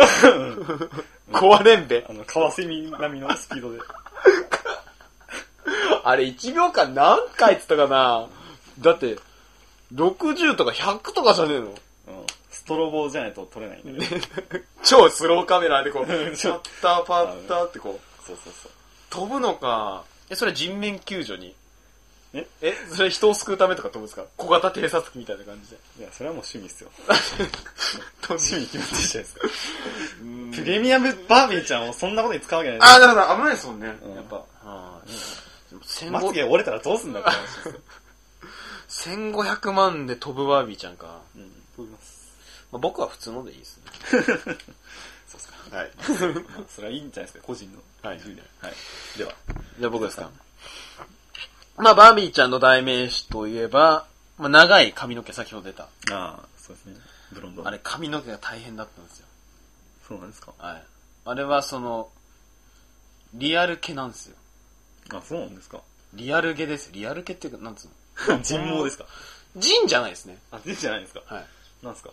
B: 壊れんべ
A: あ。の、カワセミ並みのスピ ードで。
B: あれ1秒間何回っつったかなだって、60とか100とかじゃねえの
A: うん。ストロボじゃないと取れないん で。
B: 超スローカメラで こう、
A: ち
B: ち
A: ょ
B: ょ
A: っ
B: っとパッタってこう、
A: そうそうそう。
B: 飛ぶのか。え、それ人面救助に
A: え
B: えそれ人を救うためとかってことですか小型偵察機みたいな感じで。
A: いや、それはもう趣味っすよ。
B: と
A: 趣味に決まってるじゃないですか。プレミアムバービーちゃんをそんなことに使うわけない
B: ああ、だから危ないですもんね。
A: うん
B: やっぱ。あーでも
A: まつげ
B: 1500
A: 折れたらどうすんだって話ですよ。
B: 1500万で飛ぶバービーちゃんか。
A: うん。思います。
B: まあ、僕は普通のでいいですね。
A: そうっすか。
B: はい。
A: まあ、それはいいんじゃないですか、個人の
B: はい
A: 自由で。はい。では。
B: じゃあ僕ですか。まあ、バービーちゃんの代名詞といえば、まあ、長い髪の毛、先ほど出た。
A: ああ、そうですね。ブロンド。
B: あれ、髪の毛が大変だったんですよ。
A: そうなんですか。
B: はい。あれは、その、リアル毛なんですよ。
A: あ、そうなんですか。
B: リアル毛です。リアル毛っていうか、なんつう
A: 人毛ですか。
B: の人じゃないですね。
A: あ、人じゃないですか。
B: はい。
A: なんですか。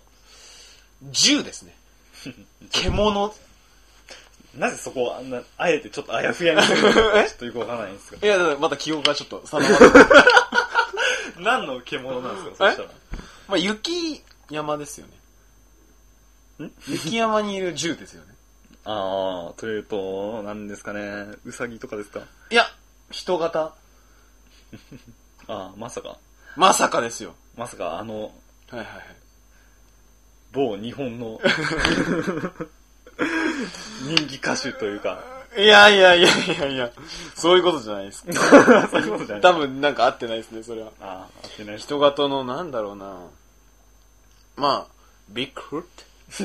B: 銃です ね。獣。
A: なぜそこをあんな、あえてちょっとあやふやにするの か、ちょっとよくわからないんですが。
B: いや、だからまた記憶がちょっと定ま らない
A: 何の獣なんですか、そし
B: まあ、雪山ですよね。
A: ん
B: 雪山にいる銃ですよね。
A: たら。ああ、というと、何ですかね。ウサギとかですか。
B: いや、人型。
A: ああ、まさか。
B: まさかですよ。
A: まさか、あの、
B: はいはいはい。
A: 某日本 の人気歌手というか、
B: いやいやいやいやいや、そういうことじゃない です。
A: そういうことじゃない
B: 多分なんか合ってないですね、それは。
A: ああ、合ってない人。
B: 人型のなんだろうなまあ、ビッグフ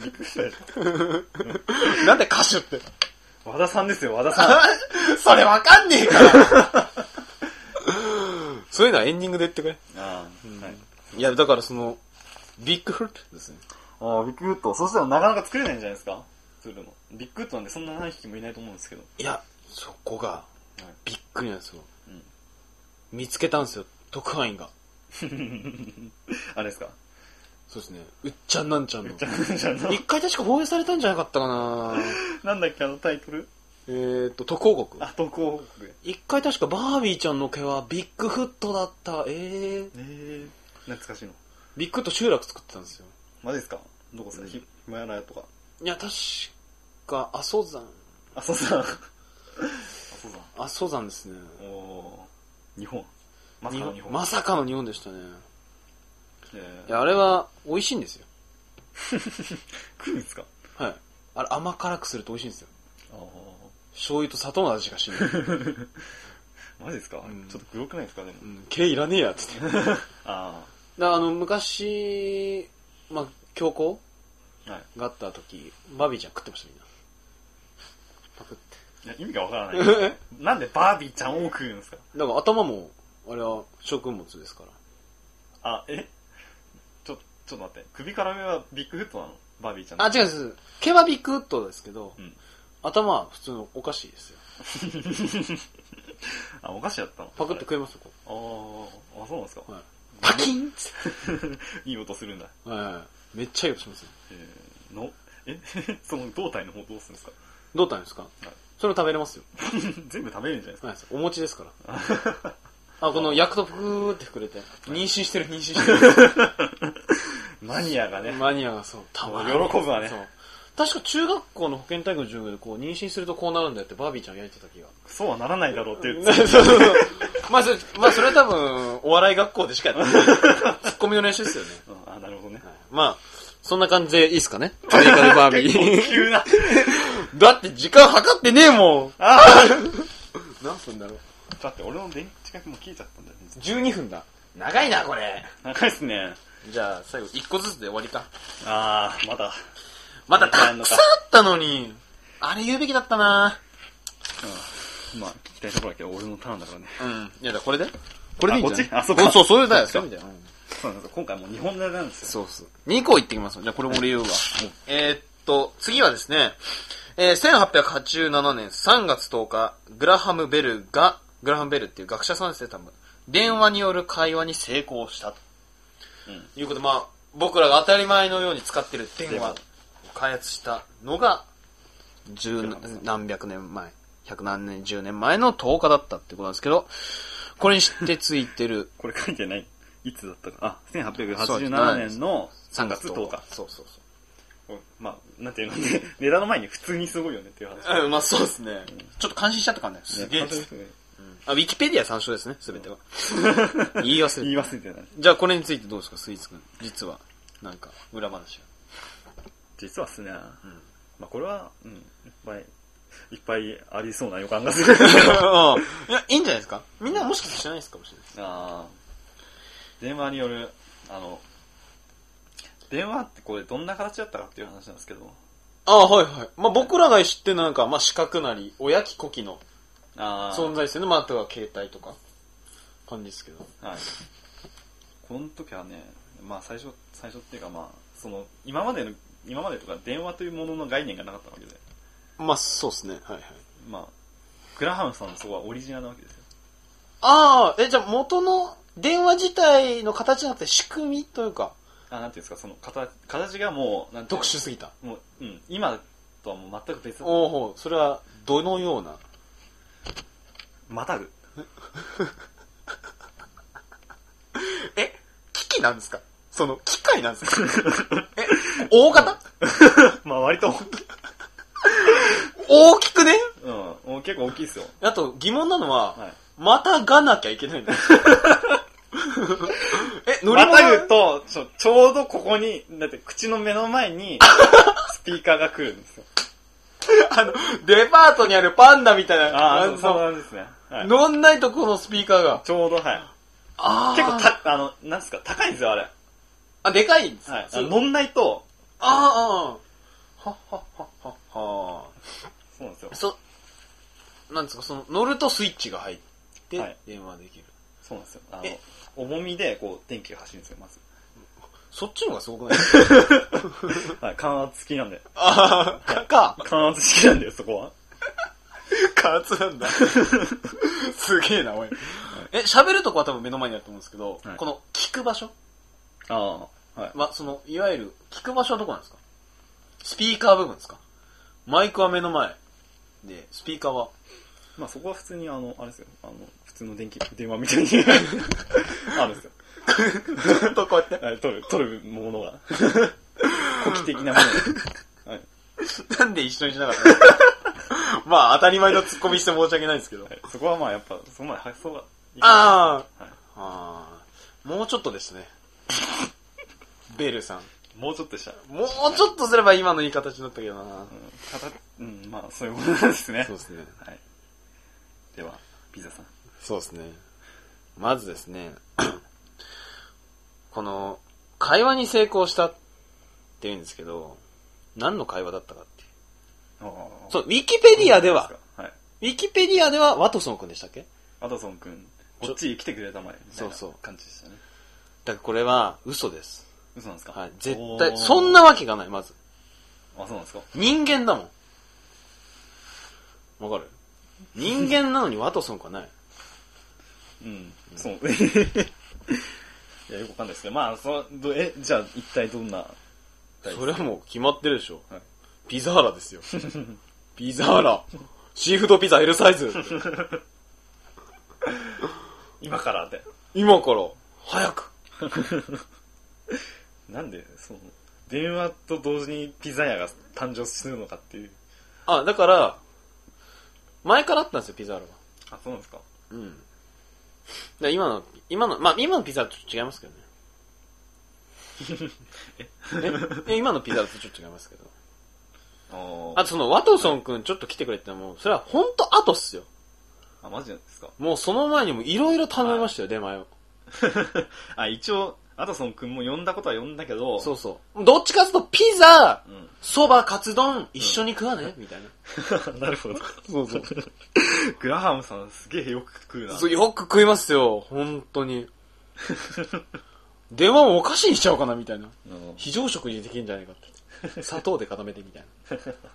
A: びっくりしたでしょ
B: ットなんで歌手って。
A: 和田さんですよ、和田さ
B: それわかんねえから そういうのはエンディングで言ってくれ。
A: ん。ああ、はい。
B: いや、だからその、ビッグフットですね。
A: ああ、ビッグウッド。そうしたらなかなか作れないんじゃないですかそういうの。ビッグウッドなんてそんな何匹もいないと思うんですけど。
B: いや、そこが
A: い、
B: びっくりなんですよ。
A: うん
B: 見つけたんですよ、特派員が。
A: あれですか
B: そうですね。うっちゃんなんちゃんの。
A: じゃあ、じゃあな
B: 一回確か放映されたんじゃなかったか な
A: なんだっけ、あのタイトル
B: えーっと、特報国。
A: あ、投稿報告で。
B: 一回確かバービーちゃんの毛はビッグフットだった。えー。
A: ええ懐かしいの。
B: ビッグフット集落作ってたんですよ。
A: マジですかどこさ、
B: うん
A: ヒヒマヤラヤとか。
B: いや、確か、阿蘇山。
A: あ、そう さ。あ、そうさ。
B: 阿蘇山ですね。
A: おおー日本。まさかの日本。
B: まさかの日本でしたね。
A: え
B: いや、あれは美味しいんですよ。
A: 食うんですか
B: はい。あれ甘辛くすると美味しいんですよ。
A: あ
B: 醤油と砂糖の味し かしない。
A: あ。マジですか、
B: ん
A: ちょっと黒くないですかでも
B: う。ん、毛いらねえや、つって。だか
A: あ
B: らあの、昔、まあ、強行
A: あ。はい。
B: があった時、バービーちゃん食ってました、みんな。パクって。
A: いや、意味がわからない。 なんでバービーちゃんを食うんですか
B: だから頭も、あれは食物ですから。
A: あ、えちょ、ちょっと待って。首から上はビッグフットなのバービーちゃんの。
B: あ、違うんです。毛はビッグウッドですけど、
A: うん
B: 頭は普通のお菓子ですよ。
A: あ、お菓子だったの
B: パクって食えますよ、こ
A: あーあ、そうなんですか
B: う。はい、パキンっつっ
A: いい音するんだ。
B: て。はい。めっちゃいい音しますよ。
A: えー、の、え その胴体の方どうするんですか
B: どうだったんですか、それも食べれますよ。
A: 全部食べれるんじゃないですか
B: はい。お餅ですから。 あ、この焼くとぷーって膨れて。妊娠してる、妊娠して
A: マニアがね
B: る。。マニアがそう、たまらない
A: 喜ぶわね
B: そう。確か中学校の保健体育の授業でこう、妊娠するとこうなるんだよってバービーちゃんが焼いてた気が。
A: そうはならないだろうって言って
B: そ うそうそう。まあそれ、まあそれは多分、お笑い学校でしかやって ない。ツッコミの練習ですよね。
A: うんあ、なるほどね。
B: はいまあ、そんな感じでいいっすかねアメリカでバービ ー。
A: 急な。
B: だって時間計ってねえもん。
A: ああ
B: 何分だろう。
A: だって俺の電池がもう消えちゃったんだよね。
B: 12分だ。長いな、これ。
A: 長いっすね。
B: じゃあ、最後、1個ずつで終わりか。
A: ああ、まだ。
B: まだ
A: たく
B: た
A: さん
B: くさんあったのに。あれ言うべきだったな
A: まあ、聞きたいところだけど、俺のターンだからね。
B: うん。いや、だからこれでこれでいいんじゃない
A: あこっちあそうか
B: そう、それだよ。
A: そう
B: みたいな。
A: そうなんですよ今回もう日本語なんですよ。
B: そうっす。2個いってきます。じゃあ、これも俺言うわ。えーっと、次はですね、えー1887年3月10日、グラハム・ベルが、グラハム・ベルっていう学者さんですね、多分。電話による会話に成功したと。
A: うん
B: いうことで、まあ、僕らが当たり前のように使ってる電話を開発したのが、十何百年前、百何年、十年前の10日だったってことなんですけど、これに知ってついてる
A: これ書いてない。いつだったか。あ、
B: そうです
A: 1887年の3
B: 3
A: 月
B: 月
A: 10
B: 10
A: 日
B: 日。。そうそうそ
A: う
B: う。
A: んまあ、なんていうのね、値段の前に普通にすごいよねっていう話。
B: うん、まあそうですね。ちょっと感心しちゃったからね。すげえ
A: ね。。
B: うんあ、ウィキペディア参照ですね、すべ ては。言い忘
A: 言
B: れ
A: い
B: た。
A: 忘れてない。
B: じゃあこれについてどうですか、スイーツくん。実は、なんか、裏話 が。
A: 実はっすね、
B: ん
A: まあこれは、うん、いっぱい、いっぱいありそうな予感がする。
B: いや、いいんじゃないですかみんなもしかして知らないですかもしれないです。
A: あー電話による、あの、電話ってこれどんな形だったかっていう話なんですけど、
B: ああ、はいはい。まあ、僕らが知ってるなんか、まあ、四角なり、親き子きの
A: あ
B: 存在ですよね。まあ、あとは携帯とか、感じですけど。
A: はい。この時はね、まあ最初、最初っていうかまあ、その、今までの、今までとか電話というものの概念がなかったわけで、
B: まあ、そうですね。はいはい。
A: まあ、グラハムさんのそこはオリジナルなわけですよ。
B: ああ、え、じゃあ元の電話自体の形じゃなくて仕組みというか、
A: あ、なんていうんですか、その形、形がもう、なんていう
B: 特
A: の
B: 殊すぎた。
A: もう、うん、今とはもう全く別だ
B: おおそれはどのような
A: またぐ。
B: え、機器なんですかその、機械なんですか え、大型
A: まあ割と、
B: 大きくね
A: うん、もう結構大きいですよ。
B: あと疑問なのは、
A: はい。
B: またがなきゃいけないん だえ、乗り
A: ま
B: 物
A: たぐとちょ、ちょうどここに、だって口の目の前 に、スピーカーが来るんですよ。
B: あの、デパートにあるパンダみたいな、
A: ああ、
B: の
A: そうそうなんですね。はい。
B: 乗んないとこのスピーカーが。
A: ちょうど、はい。
B: あ
A: 結構た、あの、なんですか、高いんですよ、あれ。
B: あ、でかいんですか
A: はい。あ
B: そう
A: の乗んないと、
B: ああ、はっはっはっはっは。
A: そうなんですよ。
B: そ、なんですか、その、乗るとスイッチが入って、
A: はい
B: 電話できる。
A: そうなんですよ。あ
B: え
A: の、重みで、こう、電気が走るんですよ、まず。
B: そっちの方がすごくない
A: はい。感圧付きなんで。
B: ああ、 か、
A: 感圧式なんだよ、そこは。
B: 加圧なん だ。すげえな、おい。え、喋るとこは多分目の前にあると思うんですけど、
A: はい
B: この、聞く場所
A: ああ、はい。
B: は、その、いわゆる、聞く場所はどこなんですかスピーカー部分ですかマイクは目の前。で、スピーカーは、
A: まあそこは普通に、あの、あれですよ。あの、普通の電気、電話み たいに、あるんですよ。
B: ずっとこうやって。
A: はい、取る、取るも のが。古希的なものが。はい。
B: なんで一緒にしなかったの まあ、当たり前のツッコミして申し訳ないんですけど。
A: はいそこはまあやっぱ、その前発想が。
B: あ
A: あ、はい。
B: あ、ああ、もうちょっとですね。ベルさん。
A: もうちょっとした。
B: もうちょっとすれば今のいい形になったけどな
A: う。ん、形うん、まあそういうことなんですね。
B: ですね。
A: はい。では、ピザさん。
B: そうですね。まずですね、 この、会話に成功したって言うんですけど、何の会話だったかっていう。
A: そ
B: そう、ウィキペディアでは、
A: はい。
B: ウィキペディアではワトソン君でしたっけ
A: アドソン君、
B: ちょ
A: こっち来てくれたまえ。みたいな
B: そうそう
A: 感じでしたね。
B: だからこれは嘘です。
A: 嘘なんですか
B: はい。絶対、そん
A: な。
B: なわけがない、まず。
A: あ、そうなんですか
B: 人間だもん。わかる人間なのにワトソン君はない。
A: うん。そう。いや、よくわかんないですけど、まあ、その、どえ、じゃあ一体どんな、
B: それはもう決まってるでしょ。
A: はい
B: ピザーラですよ。ピザーラ。シーフードピザ L サイズ。
A: 今からって。
B: 今から、早く。
A: なんで、その、電話と同時にピザ屋が誕生するのかっていう。
B: あ、だから、前からあったんですよ、ピザーラは。
A: あ、そうなんですか
B: うん。で今の、今の、まあ、今のピザとちょっと違いますけどね。 ええ今のピザとちょっと違いますけど。
A: あ
B: あとその、ワトソン君ちょっと来てくれってのはもう、それは本当後っすよ。
A: あ、マジなんですか
B: もうその前にもいろいろ頼みましたよ、出前を。
A: あ、一応、アドソン君も呼んだことは呼んだけど、
B: そうそう。どっちかっていうと、ピザ、
A: う。ん。
B: そば、カツ丼、一緒に食わねみ たいな。
A: なるほど。
B: そうそう。
A: グラハムさんすげえよく食うな。
B: そうよく食いますよ、本当に。 電話もお菓子にしちゃおうかな、みたいな。
A: うん
B: 非常食にできるんじゃないかって。砂糖で固めてみたい な。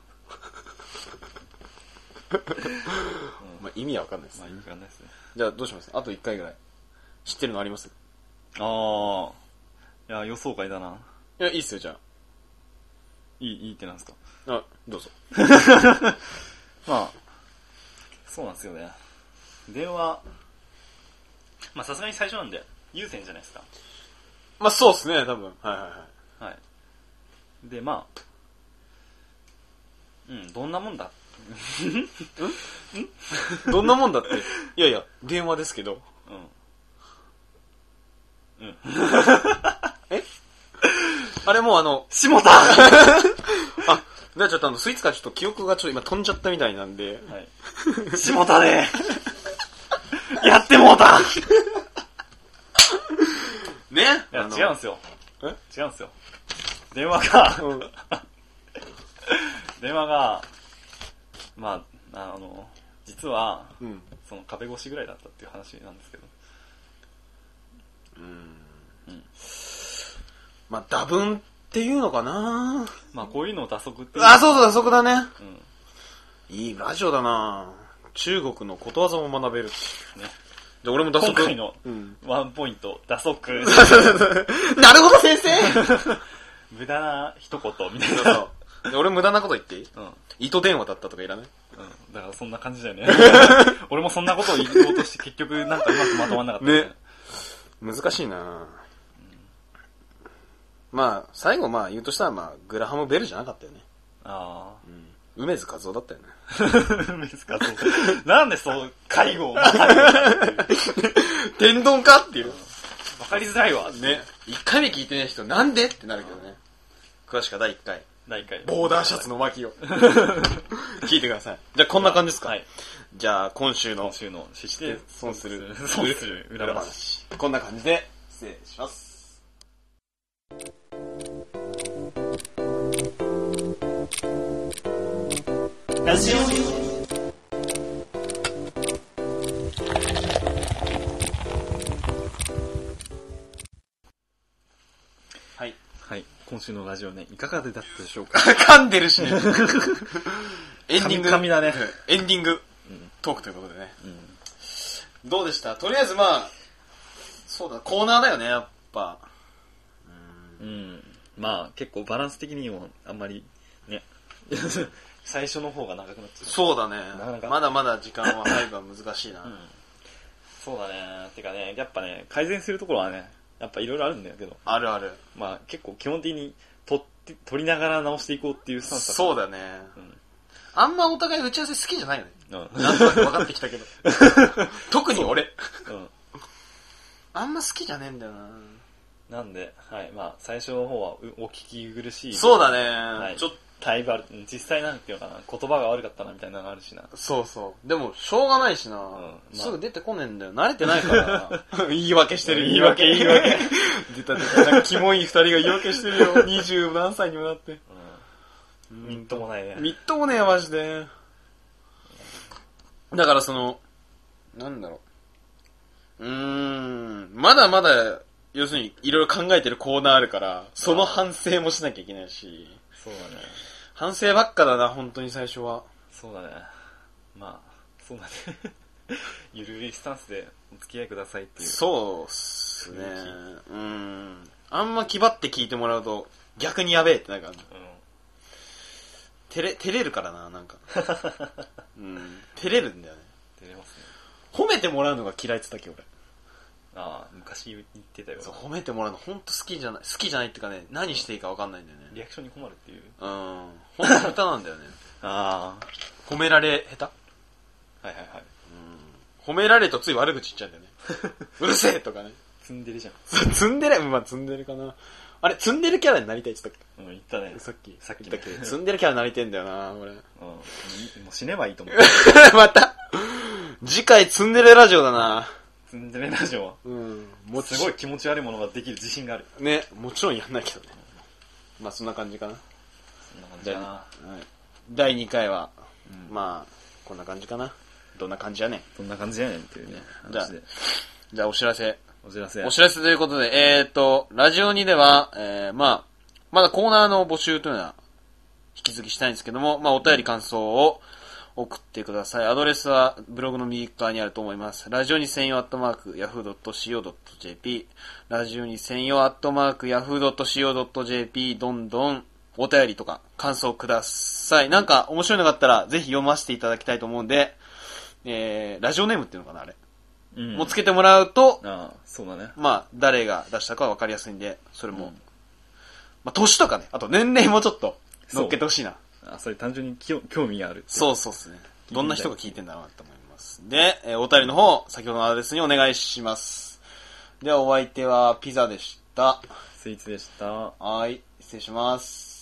B: まあ意味はわかんないです
A: まあ、。意味わかんないですね。
B: じゃあどうしますあと1回ぐらい。知ってるのあります
A: ああ。いや、予想外だな。
B: いや、いいっすよ、じゃ
A: いい、いいってなんですか。
B: あ。あ、どうぞ。
A: まあ、そうなんですよね。電話、まあ、さすがに最初なんで、優先じゃないですか。
B: まあそうっすね、多分。はいはいはい。
A: はい。で、まあ、うん、どんなもんだっ
B: どんなもんだって。いやいや、電話ですけど。
A: うん。うん。
B: あれもうあの、
A: 下田は
B: あ、なちょっとあの、スイーツからちょっと記憶がちょっと今飛んじゃったみたいなんで。
A: い。下田でやってもうた
B: ね
A: いや、違うん
B: す。
A: すよ。
B: え
A: 違うんすよ。電話が、
B: うん。
A: 電話が、まあ、あの、実は、
B: うん。
A: その壁越しぐらいだったっていう話なんですけど。
B: まあ、打分っていうのかな
A: まあ、こういうのを打足っていう。
B: あ、そうそう、そこだね。
A: うん。ね。
B: いいラジオだな中国のことわざも学べる。じゃあ俺も打足。
A: 今回の
B: うん。
A: ワンポイント、打足。
B: なるほど、先生
A: 無駄な一言、みたい
B: そう
A: な。
B: そうで俺無駄なこと言っていい
A: うん。
B: 糸電話だったとかいらない
A: うん。だからそんな感じだよ ね。俺もそんなことを言おうとして結局なんかうまくまとまんなかった、
B: ね難しいなまあ、最後まあ言うとしたら、まあ、グラハム・ベルじゃなかったよね。
A: あ
B: 梅津和夫だったよね。
A: あ。梅津和夫。なんでそう、介 護を分かりづらいっていう
B: 天丼かっていう。
A: 分かりづらいわ。
B: ね。一回目聞いてない人、なんでってなるけどね。詳しくは第一回。
A: 何回。
B: ボーダーシャツの巻を。 聞いてください。じゃあ、こんな感じですか。
A: はい。
B: じゃあ、今週の
A: 今週の、知して
B: 損する
A: 損す る裏話。
B: こんな感じで、失礼します。
A: ラジオ
B: はい。
A: はい。今週のラジオね、いかがでだったでしょうか
B: 噛んでるし ね。エンディン
A: 噛み
B: グ。
A: 噛みだね
B: エンディング
A: ん
B: トークということでね。
A: うん。
B: どうでしたとりあえずまあ、そうだ、コーナーだよね、やっぱ。
A: うん。まあ、結構バランス的にも、あんまり、ね。 最初の方が長くなっちゃう。
B: そうだね
A: なかな。か
B: まだまだ時間は配分は難しいな。
A: うんそうだね。てかね、やっぱね、改善するところはね、やっぱいろいろあるんだけど、
B: あるある。
A: まあ結構基本的に取って、取りながら直していこうっていうスタンスだ
B: そうだね。
A: ん
B: あんまお互い打ち合わせ好きじゃないよね。
A: う。うん。
B: なんとなく分かってきたけ ど。特に俺。
A: うん。
B: あんま好きじゃねえんだよな。
A: なんで、はい。まあ最初の方はうお聞き苦しい。
B: そうだね。
A: はい。
B: ちょっ
A: だいぶある。うん実際なんていうのかな、言葉が悪かったなみたいなのがあるしな。
B: そうそう。でも、しょうがないしな、
A: まあ
B: すぐ出てこねえんだよ。慣れてないからな。 言い訳してる、
A: 言い訳言い訳。
B: 出た出た。なんか、キモい二人が言い訳してるよ。二十何歳にもなって。
A: うん。みっともないね。
B: みっともねえ、マジで。だから、その、なんだろう。うーん、まだまだ、要するに、いろいろ考えてるコーナーあるから、その反省もしなきゃいけないし、
A: そうだね。
B: 反省ばっかだな、本当に最初は。
A: そうだね。まあ、そうだね。 ゆるいスタンスでお付き合いくださいっていう。
B: そうっすね
A: 雰。
B: うん。あんま気張って聞いてもらうと、逆にやべえってなんか、
A: うん。
B: 照れ、照れるからな、 なんか。うん。照れるんだよね。
A: 出れますね。
B: 褒めてもらうのが嫌いって言ったっけ、
A: ああ、昔言ってたよ
B: 俺。。そう、褒めてもらうのほんと好きじゃない、好きじゃないっていうかね、何していいかわかんないんだよね。
A: リアクションに困るっていう。
B: うん。ほんと下手なんだよね。
A: あ
B: 褒められ下手
A: あ。はいはいはい。
B: うん。褒められるとつい悪口言っちゃうん だよね。うるせえとかね。
A: ツンデレじゃ
B: 積んでる、まあ積んでるかな。あれ、積んでるキャラになりたいって言ったっ
A: ん。うん、言ったね
B: け。さっき。
A: さっき
B: 言
A: ね
B: ったっけ積んでるキャラになりてんだよな、俺。
A: うん。もう死ねばいいと思う。
B: また次回ツンデレラジオだな。
A: ツンデレラジオは。
B: うん。もち
A: すごい気持ち悪いものができる自信がある。
B: ね、もちろんやんないけどね。まあそんな感じかな。
A: そんな感じだな。
B: はい、第2回は、
A: うん
B: まあ、こんな感じかな。どんな感じやねん。
A: そんな感じやねんっていうね。
B: じゃあ
A: 話で。
B: じゃあお知らせ。
A: お知らせ。
B: お知らせということで、えーっと、ラジオ2では、えー、まあ、まだコーナーの募集というのは、引き続きしたいんですけども、まあ、お便り感想を送ってください。アドレスはブログの右側にあると思います。ラジオに専用アットマーク、yahoo.co.jp、ラジオに専用アットマーク、yahoo.co.jp、どんどんお便りとか感想ください。なんか面白いのがあったら、ぜひ読ませていただきたいと思うんで、えー、ラジオネームっていうのかな、あれ。
A: うん
B: もうつけてもらうと、
A: ああ、そうだね。
B: まあ、誰が出したかは分かりやすいんで、それも。まあ、年とかね、あと年齢もちょっと乗っけてほしいな。
A: あ、それ単純にきよ興味がある。
B: そうそうっすね。どんな人が聞いてんだろうなと思います。で、えーお便りの方、先ほどのアドレスにお願いします。では、お相手はピザでした。
A: スイーツでした。
B: はい、失礼します。